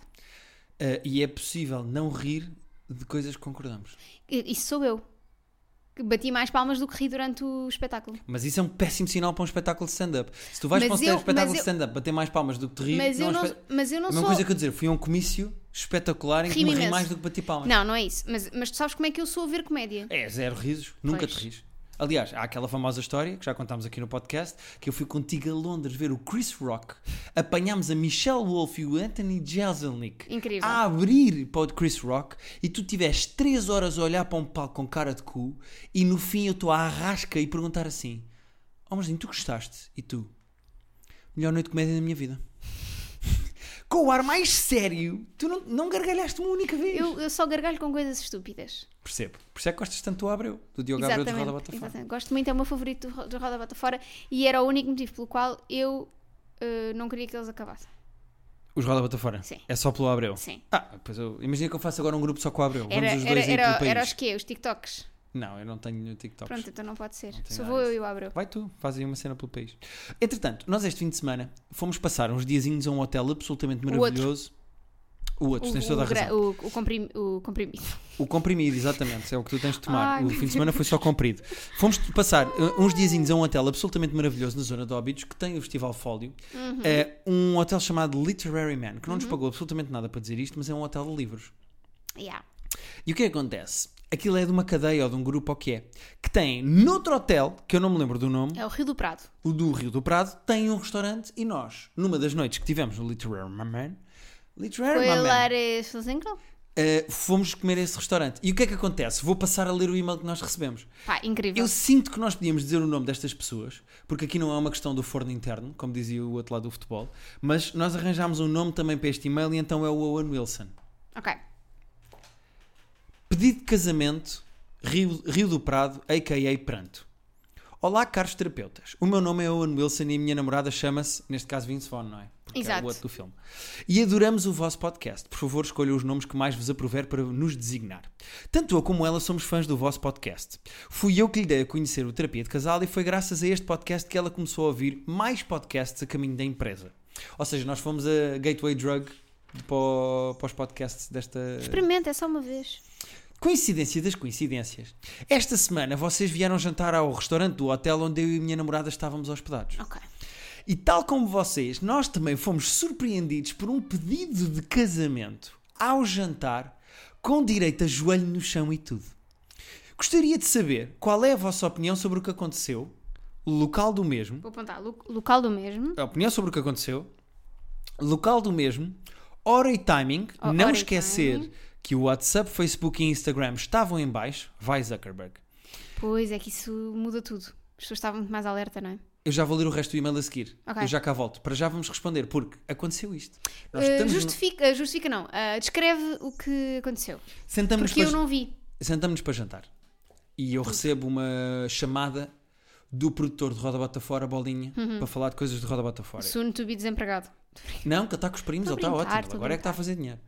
Speaker 2: Ah, e é possível não rir de coisas que concordamos.
Speaker 1: I- Isso sou eu. Que bati mais palmas do que ri durante o espetáculo.
Speaker 2: Mas isso é um péssimo sinal para um espetáculo de stand-up. Se tu vais
Speaker 1: Mas
Speaker 2: para um
Speaker 1: eu-
Speaker 2: espetáculo
Speaker 1: mas
Speaker 2: de
Speaker 1: eu-
Speaker 2: stand-up bater mais palmas do que te rir,
Speaker 1: Mas
Speaker 2: não
Speaker 1: eu
Speaker 2: é um
Speaker 1: não,
Speaker 2: espe-
Speaker 1: mas eu não
Speaker 2: A
Speaker 1: sou.
Speaker 2: mesma coisa que eu dizer, fui a um comício espetacular em que
Speaker 1: Ri-me
Speaker 2: me ri
Speaker 1: imenso.
Speaker 2: mais do que bati palmas.
Speaker 1: Não, não é isso. Mas, mas tu sabes como é que eu sou a ver comédia?
Speaker 2: É, zero risos, nunca
Speaker 1: Pois.
Speaker 2: te ris. Aliás, há aquela famosa história que já contámos aqui no podcast, que eu fui contigo a Londres ver o Chris Rock, apanhámos a Michelle Wolf e o Anthony Jeselnik
Speaker 1: Incrível.
Speaker 2: a abrir para o Chris Rock e tu tiveste 3 horas a olhar para um palco com cara de cu e no fim eu estou à arrasca e perguntar assim: Oh, Marzinho, tu gostaste? E tu? Melhor noite de comédia da minha vida. com o ar mais sério, tu não, não gargalhaste uma única vez.
Speaker 1: Eu, eu só gargalho com coisas estúpidas.
Speaker 2: Percebo. Por isso é que gostas tanto do Abreu, do Diogo Abreu de Roda Bota Fora.
Speaker 1: exatamente. Gosto muito, é o meu favorito do, Ro- do Roda Bota Fora e era o único motivo pelo qual eu eh, não queria que eles acabassem.
Speaker 2: Os roda-bota fora.
Speaker 1: Sim.
Speaker 2: É só pelo Abreu.
Speaker 1: Sim.
Speaker 2: Ah, pois eu. Imagina que eu faço agora um grupo só com o Abreu.
Speaker 1: Era,
Speaker 2: Vamos os
Speaker 1: era,
Speaker 2: dois aí
Speaker 1: era,
Speaker 2: pelo país.
Speaker 1: era os quê? Os TikToks?
Speaker 2: Não, eu não tenho TikToks.
Speaker 1: Pronto, então não pode ser.
Speaker 2: Não tem
Speaker 1: Só
Speaker 2: nada
Speaker 1: vou eu
Speaker 2: disso.
Speaker 1: e o Abreu.
Speaker 2: Vai tu, faz aí uma cena pelo país. Entretanto, nós este fim de semana fomos passar uns diazinhos a um hotel absolutamente
Speaker 1: outro.
Speaker 2: maravilhoso. O outro,
Speaker 1: O,
Speaker 2: tens toda a
Speaker 1: o, gra-
Speaker 2: razão.
Speaker 1: o, o, comprim- o comprimido.
Speaker 2: O comprimido, exatamente, é o que tu tens de tomar.
Speaker 1: Ai,
Speaker 2: o
Speaker 1: meu
Speaker 2: fim de semana foi só comprido. Fomos passar uh, uns diazinhos a um hotel absolutamente maravilhoso na zona de Óbidos, que tem o Festival Fólio.
Speaker 1: Uhum.
Speaker 2: É um hotel chamado Literary Man, que não nos pagou absolutamente nada para dizer isto, mas é um hotel de livros.
Speaker 1: Yeah.
Speaker 2: E o que é que acontece? Aquilo é de uma cadeia ou de um grupo, ou o que é? Que tem, noutro hotel, que eu não me lembro do nome,
Speaker 1: É o Rio do Prado.
Speaker 2: o do Rio do Prado tem um restaurante e nós, numa das noites que tivemos no Literary Man, Literary
Speaker 1: Foi
Speaker 2: Man,
Speaker 1: Lares Flazengo?
Speaker 2: eh, fomos comer a esse restaurante. E o que é que acontece? Vou passar a ler o e-mail que nós recebemos.
Speaker 1: Pá, incrível.
Speaker 2: Eu sinto que nós podíamos dizer o nome destas pessoas, porque aqui não é uma questão do forno interno, como dizia o outro lado do futebol, mas nós arranjámos um nome também para este e-mail e então é o Owen Wilson.
Speaker 1: Ok.
Speaker 2: Pedido de casamento, Rio, Rio do Prado, a.k.a. Pranto. Olá, caros terapeutas. O meu nome é Owen Wilson e a minha namorada chama-se, neste caso, Vince Vaughn, não é? Porque é
Speaker 1: Exato.
Speaker 2: o outro do filme. E adoramos o vosso podcast. Por favor, escolham os nomes que mais vos aprover para nos designar. Tanto eu como ela somos fãs do vosso podcast. Fui eu que lhe dei a conhecer o Terapia de Casal e foi graças a este podcast que ela começou a ouvir mais podcasts a caminho da empresa. Ou seja, nós fomos a Gateway Drug para, o- para os podcasts desta,
Speaker 1: Experimenta, é só uma vez.
Speaker 2: Coincidência das coincidências. Esta semana vocês vieram jantar ao restaurante do hotel onde eu e a minha namorada estávamos hospedados.
Speaker 1: Ok.
Speaker 2: E tal como vocês, nós também fomos surpreendidos por um pedido de casamento ao jantar, com direito a joelho no chão e tudo. Gostaria de saber qual é a vossa opinião sobre o que aconteceu, o local do mesmo,
Speaker 1: Vou apontar. Lo- local do mesmo.
Speaker 2: a opinião sobre o que aconteceu, local do mesmo, hora e timing.
Speaker 1: O-
Speaker 2: não
Speaker 1: Oh, hora e
Speaker 2: esquecer
Speaker 1: timing.
Speaker 2: que o WhatsApp, Facebook e Instagram estavam em baixo. Vai Zuckerberg.
Speaker 1: Pois é que isso muda tudo. As pessoas estavam muito mais alerta, não é?
Speaker 2: Eu já vou ler o resto do e-mail a seguir.
Speaker 1: Ok.
Speaker 2: Eu já cá volto. Para já vamos responder, porque aconteceu isto. Nós
Speaker 1: Eh,
Speaker 2: estamos no-
Speaker 1: justifica, eh, justifica não. Eh, descreve o que aconteceu.
Speaker 2: sentamos-nos
Speaker 1: Porque
Speaker 2: para...
Speaker 1: eu não vi.
Speaker 2: sentamos-nos para jantar. E eu recebo uma chamada do produtor de Roda Bota Fora, Bolinha,
Speaker 1: Uhum.
Speaker 2: para falar de coisas de Roda Bota Fora.
Speaker 1: Soon to be desempregado.
Speaker 2: Não, que ele está com os primos, ele
Speaker 1: Estou a
Speaker 2: está
Speaker 1: brincar,
Speaker 2: ótimo.
Speaker 1: estou a
Speaker 2: Agora é que está a fazer dinheiro.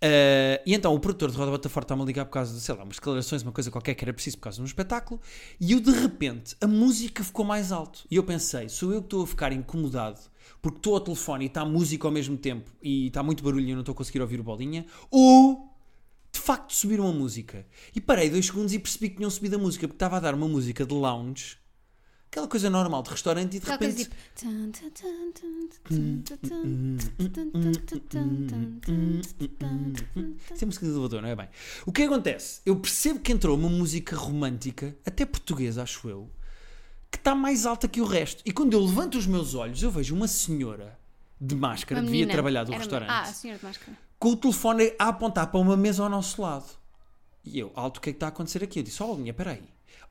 Speaker 2: Ah, e então o produtor de Roda Bota Forte está-me a ligar por causa de, sei lá, umas declarações, uma coisa qualquer que era preciso por causa de um espetáculo. E eu, de repente, a música ficou mais alto. E eu pensei, sou eu que estou a ficar incomodado porque estou ao telefone e está a música ao mesmo tempo e está muito barulho e eu não estou a conseguir ouvir o bolinha. Ou. De facto subiram a música. E parei dois segundos e percebi que tinham subido a música, porque estava a dar uma música de lounge, aquela coisa normal de restaurante, e de
Speaker 1: Aquela coisa
Speaker 2: repente Hum,
Speaker 1: tipo. tan, tan, tan, tan, tan, tan, tan, tan, tan, tan, tan, tan, tan, tan, tan.
Speaker 2: Isso é música de elevador, não é bem? O que acontece? Eu percebo que entrou uma música romântica, até portuguesa, acho eu, que está mais alta que o resto. E quando eu levanto os meus olhos, eu vejo uma senhora de máscara,
Speaker 1: Uma
Speaker 2: devia
Speaker 1: menina.
Speaker 2: trabalhar do
Speaker 1: Era uma-
Speaker 2: restaurante,
Speaker 1: Ah, a senhora de máscara.
Speaker 2: com o telefone a apontar para uma mesa ao nosso lado. E eu, alto, o que é que está a acontecer aqui? Eu disse, ó, linha, peraí.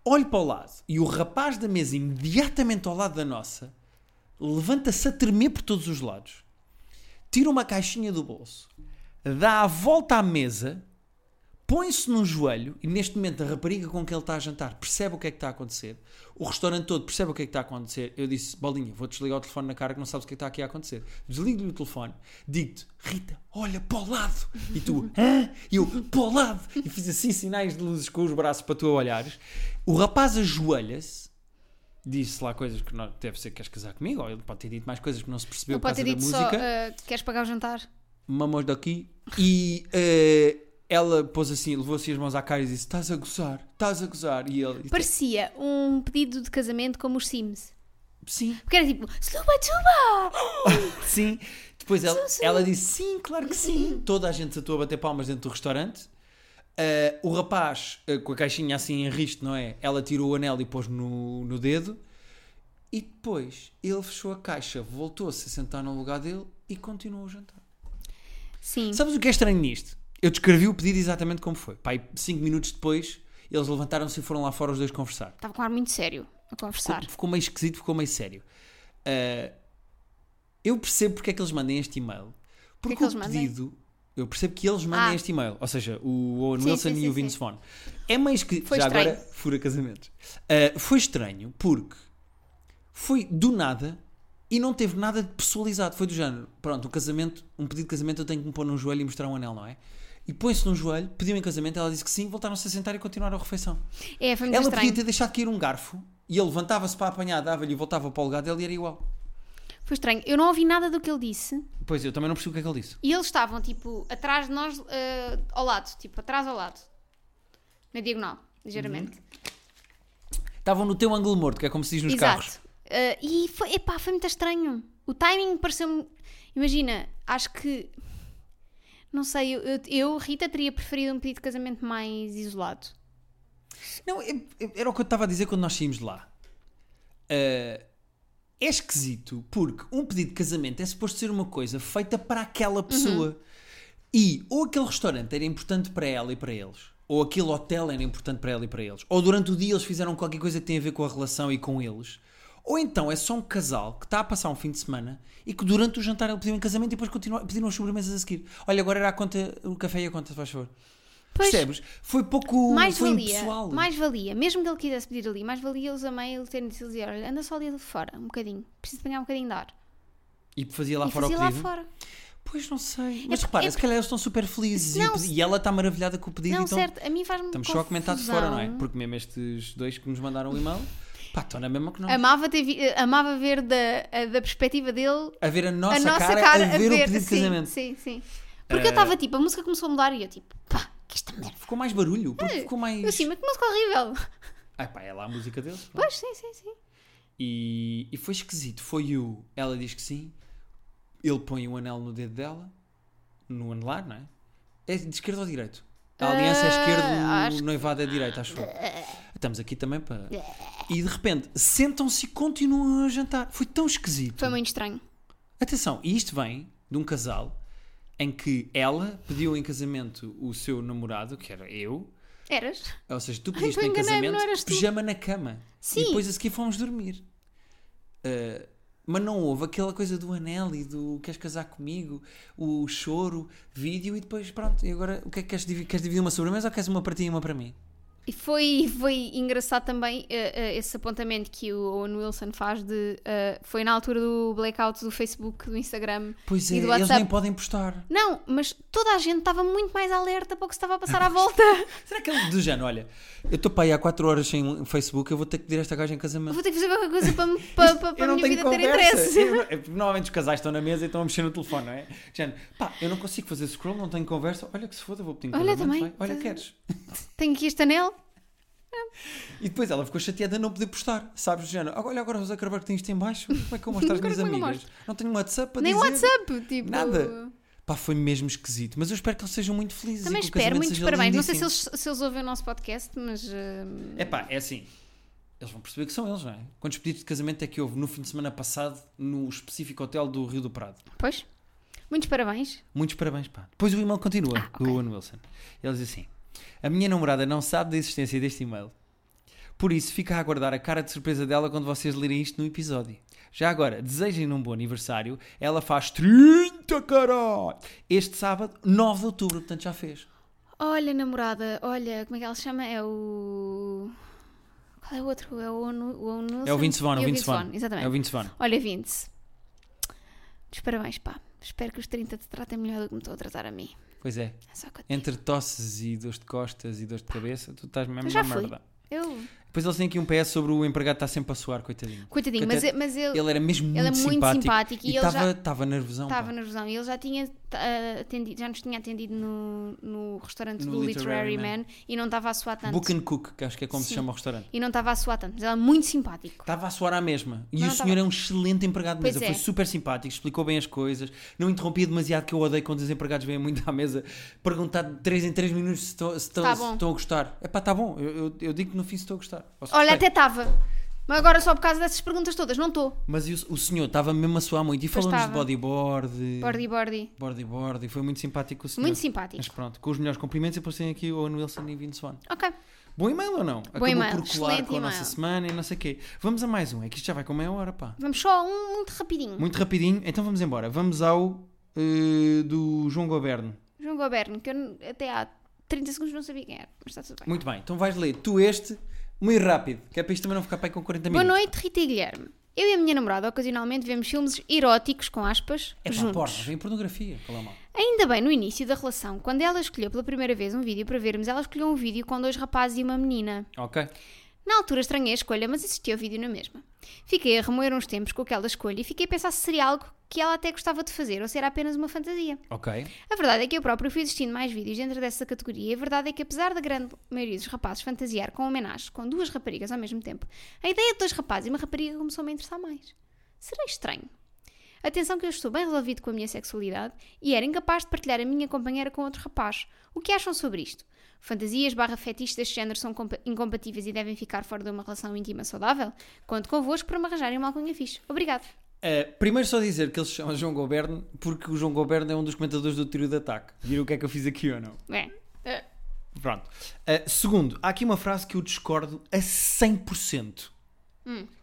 Speaker 2: Olho para o lado e o rapaz da mesa, imediatamente ao lado da nossa, levanta-se a tremer por todos os lados, tira uma caixinha do bolso, dá a volta à mesa, põe-se num joelho e neste momento a rapariga com quem ele está a jantar percebe o que é que está a acontecer, o restaurante todo percebe o que é que está a acontecer. Eu disse, Bolinha, vou desligar o telefone na cara que não sabes o que é que está aqui a acontecer. Desligo-lhe o telefone, digo-te, Rita, olha para o lado. E tu, hã? E eu, para o lado. E fiz assim sinais de luzes com os braços para tu olhares. O rapaz ajoelha-se disse lá coisas que não, deve ser que queres casar comigo, ou ele pode ter dito mais coisas que não se percebeu
Speaker 1: Não
Speaker 2: por
Speaker 1: pode
Speaker 2: causa
Speaker 1: ter
Speaker 2: da
Speaker 1: dito só.
Speaker 2: música.
Speaker 1: eh, Queres pagar o jantar?
Speaker 2: Mamões daqui. E eh, ela pôs assim, levou assim as mãos à cara e disse: Estás a gozar, estás a gozar. E ele disse:
Speaker 1: Parecia um pedido de casamento como os Sims.
Speaker 2: Sim,
Speaker 1: Porque era tipo, Sluba Tuba!
Speaker 2: sim. Depois ela, ela disse: Sim, claro que sim. Toda a gente se atua a bater palmas dentro do restaurante. Eh, o rapaz, eh, com a caixinha assim em risto, não é? Ela tirou o anel e pôs no, no dedo. E depois ele fechou a caixa, voltou-se a sentar no lugar dele e continuou o jantar.
Speaker 1: Sim.
Speaker 2: Sabes o que é estranho nisto? Eu descrevi o pedido exatamente como foi. Pai, cinco minutos depois, eles levantaram-se e foram lá fora os dois conversar.
Speaker 1: Estava com um ar muito sério a conversar.
Speaker 2: Ficou meio esquisito, ficou meio sério. Ah, eu percebo porque é que eles mandem este e-mail.
Speaker 1: que é
Speaker 2: Porque
Speaker 1: que
Speaker 2: o
Speaker 1: eles mandem?
Speaker 2: pedido. Eu percebo que eles mandem
Speaker 1: Ah.
Speaker 2: este e-mail. Ou seja, o Owen
Speaker 1: Sim,
Speaker 2: Wilson
Speaker 1: sim,
Speaker 2: e
Speaker 1: sim,
Speaker 2: o Vince Vaughn. É meio esquisito.
Speaker 1: Foi
Speaker 2: Já
Speaker 1: estranho.
Speaker 2: agora, fura casamentos. Ah, foi estranho porque foi do nada E não teve nada de pessoalizado. Foi do género. Pronto, um casamento, um pedido de casamento eu tenho que me pôr num joelho e mostrar um anel, não é? E põe-se num joelho, pediu em casamento, ela disse que sim, voltaram-se a sentar e continuaram a refeição.
Speaker 1: É, foi muito
Speaker 2: ela
Speaker 1: estranho.
Speaker 2: podia ter deixado cair um garfo e ele levantava-se para apanhar, dava-lhe e voltava para o lugar dele e era igual.
Speaker 1: Foi estranho. Eu não ouvi nada do que ele disse.
Speaker 2: Pois eu também não percebo o que é que ele disse.
Speaker 1: E eles estavam, tipo, atrás de nós, eh, ao lado. Tipo, atrás ao lado. Na diagonal, ligeiramente.
Speaker 2: Estavam no teu ângulo morto, que é como se diz Uhum. nos
Speaker 1: Exato.
Speaker 2: carros.
Speaker 1: Eh, e foi, epá, foi muito estranho. O timing pareceu-me. Imagina, acho que. Não sei, eu, eu- eu, Rita, teria preferido um pedido de casamento mais isolado.
Speaker 2: Não, é- é- era o que eu estava a dizer quando nós saímos de lá. Ah, é esquisito porque um pedido de casamento é suposto ser uma coisa feita para
Speaker 1: Uhum.
Speaker 2: aquela pessoa. E ou aquele restaurante era importante para ela e para eles, ou aquele hotel era importante para ela e para eles, ou durante o dia eles fizeram qualquer coisa que tem a ver com a relação e com eles. Ou então é só um casal que está a passar um fim de semana e que durante o jantar ele pediu em casamento e depois continua, pediram as sobremesas a seguir. Olha, agora era a conta, o café e a conta, se faz favor.
Speaker 1: Pois,
Speaker 2: Percebes? Foi pouco.
Speaker 1: mais
Speaker 2: foi
Speaker 1: valia.
Speaker 2: impessoal.
Speaker 1: Mais valia. Mesmo que ele quisesse pedir ali, mais valia os amei ele terem de dizer: olha, anda só ali de fora, um bocadinho. Preciso apanhar um bocadinho de ar.
Speaker 2: E fazia lá
Speaker 1: e
Speaker 2: fora o
Speaker 1: fazia
Speaker 2: que
Speaker 1: lá
Speaker 2: digo.
Speaker 1: fora.
Speaker 2: Pois não sei. Mas
Speaker 1: porque-
Speaker 2: repara,
Speaker 1: é
Speaker 2: se calhar eles estão super felizes e o
Speaker 1: Não,
Speaker 2: pedi- e, ela está maravilhada com o pedido.
Speaker 1: Não,
Speaker 2: então
Speaker 1: certo, a mim faz-me.
Speaker 2: Estamos só a comentar de fora, não é?
Speaker 1: confusão.
Speaker 2: Porque mesmo estes dois que nos mandaram o e-mail, pá, estão na mesma que nós.
Speaker 1: Amava, ter vi- eh, amava ver da, a- da perspectiva dele
Speaker 2: A ver a nossa,
Speaker 1: a nossa
Speaker 2: cara,
Speaker 1: cara,
Speaker 2: a ver o pedido de
Speaker 1: sim,
Speaker 2: casamento. Eh,
Speaker 1: Sim, sim. Porque eu estava tipo, a música começou a mudar e eu tipo, pá, que esta mulher.
Speaker 2: Ficou mais barulho, porque ficou mais.
Speaker 1: Eu sim, mas que música horrível.
Speaker 2: Ai pá, é lá a música deles. pronto.
Speaker 1: Pois, sim, sim, sim.
Speaker 2: E, e foi esquisito. Foi o. Ela diz que sim, ele põe o anel no dedo dela, no anelar, não é? É de esquerda ou de direito? A
Speaker 1: Ah,
Speaker 2: aliança é esquerda,
Speaker 1: acho Ah.
Speaker 2: o noivado é direito, acho eu. Estamos aqui também para. E de repente sentam-se e continuam a jantar. Foi tão esquisito.
Speaker 1: Foi muito estranho.
Speaker 2: Atenção, e isto vem de um casal em que ela pediu em casamento o seu namorado, que era eu,
Speaker 1: Eras?
Speaker 2: ou seja, tu
Speaker 1: tu
Speaker 2: pediste em
Speaker 1: enganei-me,
Speaker 2: casamento
Speaker 1: não eras tu.
Speaker 2: pijama na cama.
Speaker 1: Sim.
Speaker 2: E depois a seguir fomos dormir. Ah, mas não houve aquela coisa do anel e do queres casar comigo, o choro, vídeo e depois pronto. E agora o que é que queres dividir? Queres dividir uma sobremesa ou queres uma para ti e uma para mim?
Speaker 1: E foi, foi engraçado também eh, eh, esse apontamento que o Owen Wilson faz de. eh, foi na altura do blackout do Facebook, do Instagram
Speaker 2: Pois é,
Speaker 1: e do
Speaker 2: eles
Speaker 1: WhatsApp.
Speaker 2: nem podem postar.
Speaker 1: Não, mas toda a gente estava muito mais alerta para o que se estava a
Speaker 2: Ah,
Speaker 1: passar à volta.
Speaker 2: Será que ele do género, olha, eu estou para aí há 4 horas sem Facebook, eu vou ter que pedir esta gaja em casamento.
Speaker 1: Vou ter que fazer qualquer coisa para, me- para, para, para a minha vida ter interesse.
Speaker 2: Eu não- é porque normalmente os casais estão na mesa e estão a mexer no telefone, não é? Género, pá, eu não consigo fazer scroll, não tenho conversa. Olha que se foda, vou pedir um
Speaker 1: Olha
Speaker 2: casamento,
Speaker 1: também,
Speaker 2: vai. Olha,
Speaker 1: tá-
Speaker 2: queres?
Speaker 1: Tenho aqui este anel.
Speaker 2: E depois ela ficou chateada de não poder postar. Sabes, do género, olha agora os acabar que tens isto em baixo. Como é que eu mostro às
Speaker 1: Agora
Speaker 2: minhas
Speaker 1: como é que eu
Speaker 2: amigas? Não tenho um WhatsApp para
Speaker 1: Nem
Speaker 2: dizer.
Speaker 1: WhatsApp, tipo.
Speaker 2: Nada. Pá, foi mesmo esquisito. Mas eu espero que eles sejam muito felizes.
Speaker 1: Também
Speaker 2: e que o
Speaker 1: espero,
Speaker 2: casamento
Speaker 1: muitos
Speaker 2: seja
Speaker 1: parabéns. Não sei se
Speaker 2: lindíssimo.
Speaker 1: eles, se eles ouvem o nosso podcast, mas. hum,
Speaker 2: É pá, é assim. Eles vão perceber que são eles, não é? Quantos pedidos de casamento é que houve no fim de semana passado no específico hotel do Rio do Prado?
Speaker 1: pois. Muitos parabéns.
Speaker 2: Muitos parabéns, pá. Depois o e-mail continua,
Speaker 1: Ah, ok.
Speaker 2: do Owen Wilson. Ele diz assim: A minha namorada não sabe da existência deste e-mail. Por isso, fica a aguardar a cara de surpresa dela quando vocês lerem isto no episódio. Já agora, desejem-lhe um bom aniversário. Ela faz 30, caralho! Este sábado, 9 de outubro, portanto já fez.
Speaker 1: Olha, namorada, olha, como é que ela se chama? É o. Qual é o outro? É o Owen o Owen Wilson?
Speaker 2: É o Vince Vaughn,
Speaker 1: E
Speaker 2: é o Vince Vaughn.
Speaker 1: Exatamente.
Speaker 2: É o Vince Vaughn.
Speaker 1: Olha, Vince. Muitos parabéns, pá. Espero que os 30 te tratem melhor do que me estão a tratar a mim.
Speaker 2: Pois é.
Speaker 1: É só que eu te
Speaker 2: Entre tosses e dores de costas e dores de cabeça, tu estás mesmo
Speaker 1: Eu já
Speaker 2: na
Speaker 1: fui.
Speaker 2: merda.
Speaker 1: Eu.
Speaker 2: Depois eles têm aqui um PS sobre o empregado estar sempre a suar, coitadinho.
Speaker 1: Coitadinho,
Speaker 2: Que
Speaker 1: mas,
Speaker 2: até-
Speaker 1: eu- mas ele
Speaker 2: Ele era mesmo muito
Speaker 1: Ele é muito
Speaker 2: simpático.
Speaker 1: simpático e
Speaker 2: e
Speaker 1: ele
Speaker 2: estava
Speaker 1: já-
Speaker 2: estava nervosão. pá.
Speaker 1: estava nervosão e ele já tinha ah, atendido, já nos tinha atendido no, no restaurante
Speaker 2: No
Speaker 1: do
Speaker 2: Literary
Speaker 1: Literary, Man, e não estava a suar tanto.
Speaker 2: Book and Cook, que acho que é como se
Speaker 1: Sim.
Speaker 2: chama o restaurante.
Speaker 1: E não estava a suar tanto, mas ele é muito simpático.
Speaker 2: Estava a soar à mesma. E
Speaker 1: Não,
Speaker 2: o
Speaker 1: não
Speaker 2: senhor
Speaker 1: estava.
Speaker 2: é um excelente empregado de
Speaker 1: Pois
Speaker 2: mesa.
Speaker 1: é.
Speaker 2: Foi super simpático, explicou bem as coisas. Não interrompia demasiado, que eu odeio quando os empregados vêm muito à mesa perguntar de 3 em 3 minutos se estão, se estão,
Speaker 1: Tá
Speaker 2: se
Speaker 1: bom.
Speaker 2: estão a gostar. É pá, está bom. Eu, eu, eu digo que no fim se estou a gostar. é. Ou se
Speaker 1: Olha,
Speaker 2: gostei.
Speaker 1: até estava. Mas agora só por causa dessas perguntas todas, não estou.
Speaker 2: Mas e o, o senhor estava mesmo a soar muito. E
Speaker 1: Pois
Speaker 2: falou-nos de
Speaker 1: estava.
Speaker 2: bodyboard.
Speaker 1: Bordi, bordi.
Speaker 2: Bodyboard. E foi muito simpático o senhor.
Speaker 1: Muito
Speaker 2: Mas
Speaker 1: simpático.
Speaker 2: pronto, com os melhores cumprimentos e depois tem aqui o Owen Wilson e Vince Vaughn.
Speaker 1: Ok.
Speaker 2: Bom e-mail ou não? Acabou
Speaker 1: e-mail,
Speaker 2: por colar
Speaker 1: excelente
Speaker 2: com a nossa
Speaker 1: e-mail.
Speaker 2: semana e não sei o quê. Vamos a mais um, é que isto já vai com meia hora, pá.
Speaker 1: Vamos só a um muito rapidinho.
Speaker 2: Muito rapidinho, então vamos embora. Vamos ao eh, do João Goberno.
Speaker 1: João Goberno, que eu n- até há 30 segundos não sabia quem era, mas está tudo bem.
Speaker 2: Muito bem, então vais ler tu este, muito rápido, que é para isto também não ficar para aí com 40
Speaker 1: Boa
Speaker 2: minutos.
Speaker 1: noite, Rita e Guilherme. Eu e a minha namorada ocasionalmente vemos filmes eróticos, com aspas,
Speaker 2: É pá,
Speaker 1: juntos.
Speaker 2: porra, vem pornografia, qual é o mal?
Speaker 1: Ainda bem, no início da relação, quando ela escolheu pela primeira vez um vídeo para vermos, ela escolheu um vídeo com dois rapazes e uma menina.
Speaker 2: Ok.
Speaker 1: Na altura estranhei a escolha, mas assisti ao vídeo na mesma. Fiquei a remoer uns tempos com aquela escolha e fiquei a pensar se seria algo que ela até gostava de fazer ou se era apenas uma fantasia.
Speaker 2: Ok.
Speaker 1: A verdade é que eu próprio fui assistindo mais vídeos dentro dessa categoria e a verdade é que apesar da grande maioria dos rapazes fantasiar com homenagem com duas raparigas ao mesmo tempo, a ideia de dois rapazes e uma rapariga começou-me a interessar mais. Será estranho. Atenção que eu estou bem resolvido com a minha sexualidade e era incapaz de partilhar a minha companheira com outro rapaz. O que acham sobre isto? Fantasias barra fetiches deste género são compa- incompatíveis e devem ficar fora de uma relação íntima saudável? Conto convosco para me arranjarem uma alcunha fixe. Obrigado.
Speaker 2: Uh, primeiro só dizer que ele se chama João Goberno porque o João Goberno é um dos comentadores do trio de ataque. Viram o que é que eu fiz aqui ou não?
Speaker 1: É.
Speaker 2: Pronto. Uh, segundo, há aqui uma frase que eu discordo a 100%.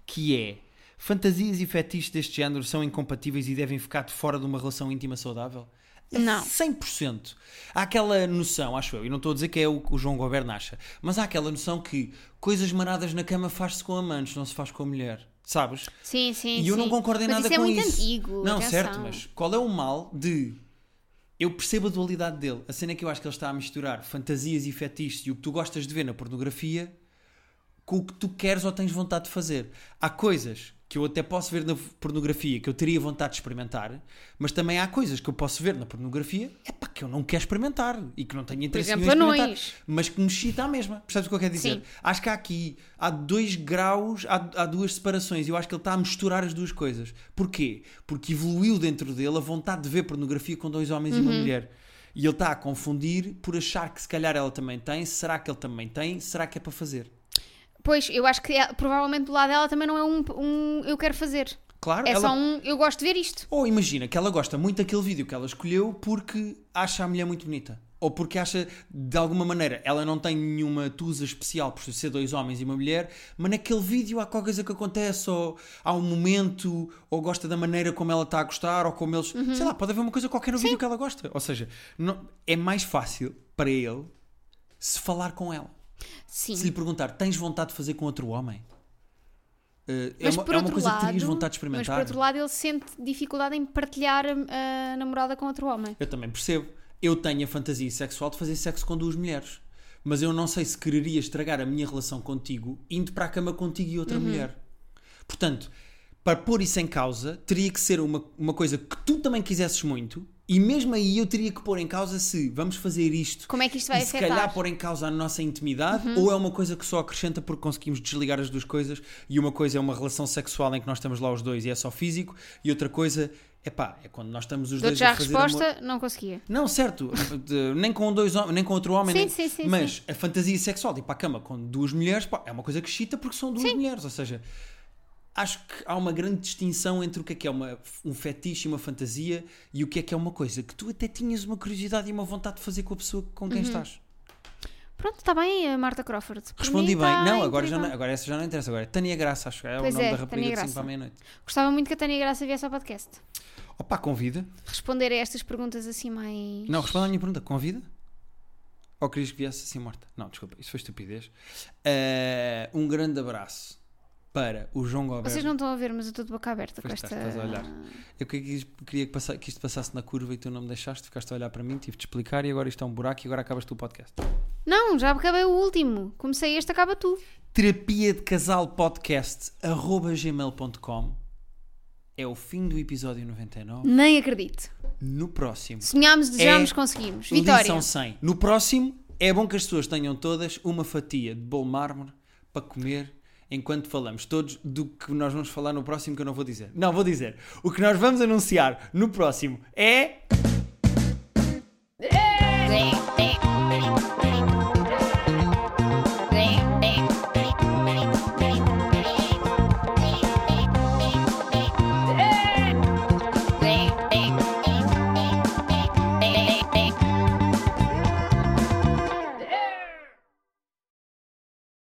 Speaker 2: Que é... Fantasias e fetiches deste género são incompatíveis e devem ficar de fora de uma relação íntima saudável? A
Speaker 1: Não.
Speaker 2: 100%. Há aquela noção, acho eu, e não estou a dizer que é o que o João Goberno acha, mas há aquela noção que coisas manadas na cama faz-se com amantes, não se faz com a mulher. Sabes?
Speaker 1: Sim, sim,
Speaker 2: E eu não
Speaker 1: sim.
Speaker 2: concordo em
Speaker 1: Mas
Speaker 2: nada
Speaker 1: isso é
Speaker 2: com
Speaker 1: muito
Speaker 2: isso.
Speaker 1: antigo.
Speaker 2: não,
Speaker 1: atenção.
Speaker 2: certo, mas qual é o mal de. Eu percebo a dualidade dele. A cena é que eu acho que ele está a misturar fantasias e fetiches e o que tu gostas de ver na pornografia com o que tu queres ou tens vontade de fazer. Há coisas que eu até posso ver na pornografia que eu teria vontade de experimentar, mas também há coisas que eu posso ver na pornografia epá, que eu não quero experimentar e que não tenho interesse
Speaker 1: exemplo,
Speaker 2: nenhum em experimentar,
Speaker 1: anões.
Speaker 2: mas que me excita à mesma. Percebes o que eu quero dizer?
Speaker 1: Sim.
Speaker 2: Acho que há aqui há dois graus, há, há duas separações. Eu acho que ele está a misturar as duas coisas. Porquê? Porque evoluiu dentro dele a vontade de ver pornografia com dois homens
Speaker 1: Uhum.
Speaker 2: e uma mulher. E ele está a confundir por achar que se calhar ela também tem, será que ele também tem, será que é para fazer?
Speaker 1: Pois, eu acho que é- provavelmente do lado dela também não é um, um eu quero fazer.
Speaker 2: Claro,
Speaker 1: É
Speaker 2: ela...
Speaker 1: só um eu gosto de ver isto.
Speaker 2: Ou imagina que ela gosta muito daquele vídeo que ela escolheu porque acha a mulher muito bonita. Ou porque acha, de alguma maneira, ela não tem nenhuma tusa especial por ser dois homens e uma mulher, mas naquele vídeo há qualquer coisa que acontece, ou há um momento, ou gosta da maneira como ela está a gostar, ou como eles.
Speaker 1: Uhum.
Speaker 2: Sei lá, pode haver uma coisa qualquer no vídeo que ela gosta. Ou seja, não- é mais fácil para ele se falar com ela.
Speaker 1: Sim.
Speaker 2: Se lhe perguntar, tens vontade de fazer com outro homem? Eh, é
Speaker 1: mas
Speaker 2: uma,
Speaker 1: por
Speaker 2: é uma
Speaker 1: outro
Speaker 2: coisa
Speaker 1: lado,
Speaker 2: que terias vontade de
Speaker 1: Mas
Speaker 2: experimentar.
Speaker 1: por outro lado, ele sente dificuldade em partilhar eh, a, a namorada com outro homem.
Speaker 2: Eu também percebo. Eu tenho a fantasia sexual de fazer sexo com duas mulheres. Mas eu não sei se quereria estragar a minha relação contigo indo para a cama contigo e
Speaker 1: Uhum.
Speaker 2: outra mulher. Portanto, para pôr isso em causa, teria que ser uma, uma coisa que tu também quisesses muito e mesmo aí eu teria que pôr em causa se vamos fazer isto
Speaker 1: Como é que isto vai
Speaker 2: e se
Speaker 1: afetar? Uhum.
Speaker 2: calhar pôr em causa a nossa intimidade ou é uma coisa que só acrescenta porque conseguimos desligar as duas coisas e uma coisa é uma relação sexual em que nós estamos lá os dois e é só físico e outra coisa é pá, é quando nós estamos os
Speaker 1: Dou-te
Speaker 2: dois
Speaker 1: já a
Speaker 2: a fazer amor.
Speaker 1: resposta, não conseguia.
Speaker 2: Não, certo. de- nem com dois hom- nem com outro homem.
Speaker 1: Sim,
Speaker 2: nem-
Speaker 1: sim, sim,
Speaker 2: Mas a fantasia sexual de ir para a cama com duas mulheres pá, é uma coisa que excita porque são duas mulheres. Ou seja, acho que há uma grande distinção entre o que é que é uma, um fetiche e uma fantasia e o que é que é uma coisa que tu até tinhas uma curiosidade e uma vontade de fazer com a pessoa com quem estás.
Speaker 1: Pronto, está bem, a Marta Crawford. Uhum. Por
Speaker 2: Respondi
Speaker 1: mim
Speaker 2: bem.
Speaker 1: está
Speaker 2: não, agora, já
Speaker 1: incrível.
Speaker 2: não, agora essa já não interessa. Agora é Tânia Graça, acho que é
Speaker 1: Pois
Speaker 2: o nome
Speaker 1: é,
Speaker 2: da rapariga
Speaker 1: Tânia
Speaker 2: de 5 para
Speaker 1: Graça.
Speaker 2: a meia-noite.
Speaker 1: Gostava muito que a Tânia Graça viesse ao podcast.
Speaker 2: Opa, convida.
Speaker 1: Responder a estas perguntas assim mais.
Speaker 2: Não, responda à minha pergunta. Convida? Ou querias que viesse assim morta? Não, desculpa, isso foi estupidez. Eh, um grande abraço para o João Goberno.
Speaker 1: Vocês não estão a ver, mas eu estou de boca aberta
Speaker 2: Pois
Speaker 1: com
Speaker 2: estás,
Speaker 1: esta.
Speaker 2: estás a olhar. Eu que- quis- queria que, passa- que isto passasse na curva e tu não me deixaste, ficaste a olhar para mim, tive de explicar e agora isto é um buraco e agora acabas tu o podcast.
Speaker 1: Não, já acabei o último. Comecei este, acaba tu.
Speaker 2: Terapia de Casal Podcast, arroba gmail.com. É o fim do episódio 99.
Speaker 1: Nem acredito.
Speaker 2: No próximo.
Speaker 1: Sonhámos, desejámos,
Speaker 2: É
Speaker 1: conseguimos. Vitória.
Speaker 2: Lição 100. No próximo, é bom que as pessoas tenham todas uma fatia de bolo mármore para comer enquanto falamos todos do que nós vamos falar no próximo que eu não vou dizer. Não, vou dizer. O que nós vamos anunciar no próximo é